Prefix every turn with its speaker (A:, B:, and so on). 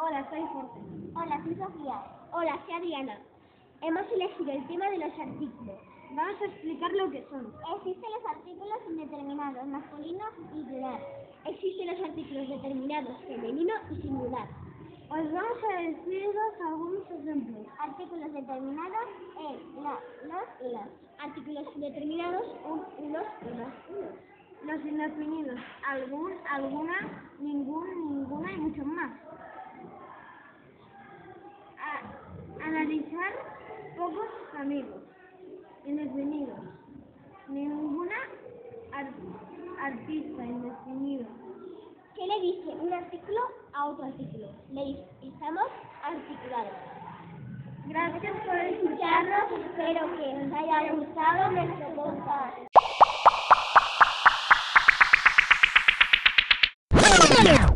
A: Hola, soy Jorge.
B: Hola, soy Sofía.
A: Hola, soy Adriana. Hemos elegido el tema de los artículos. Vamos a explicar lo que son.
B: Existen los artículos indeterminados, masculinos y plural.
A: Existen los artículos determinados femenino y singular. Os vamos a deciros algunos ejemplos. eh,
B: Artículos determinados, el, la, los y las.
A: Artículos indeterminados, un, unos, unas, unos. Los indefinidos, algún, alguna, ningún, ninguna y muchos más. A- analizar pocos amigos. Indefinidos. Ninguna ar- artista indefinido.
B: ¿Qué le dice un artículo a otro artículo? Le dice, estamos articulados.
A: Gracias por
B: Escucharnos, espero que os haya gustado nuestro podcast.
C: Yeah.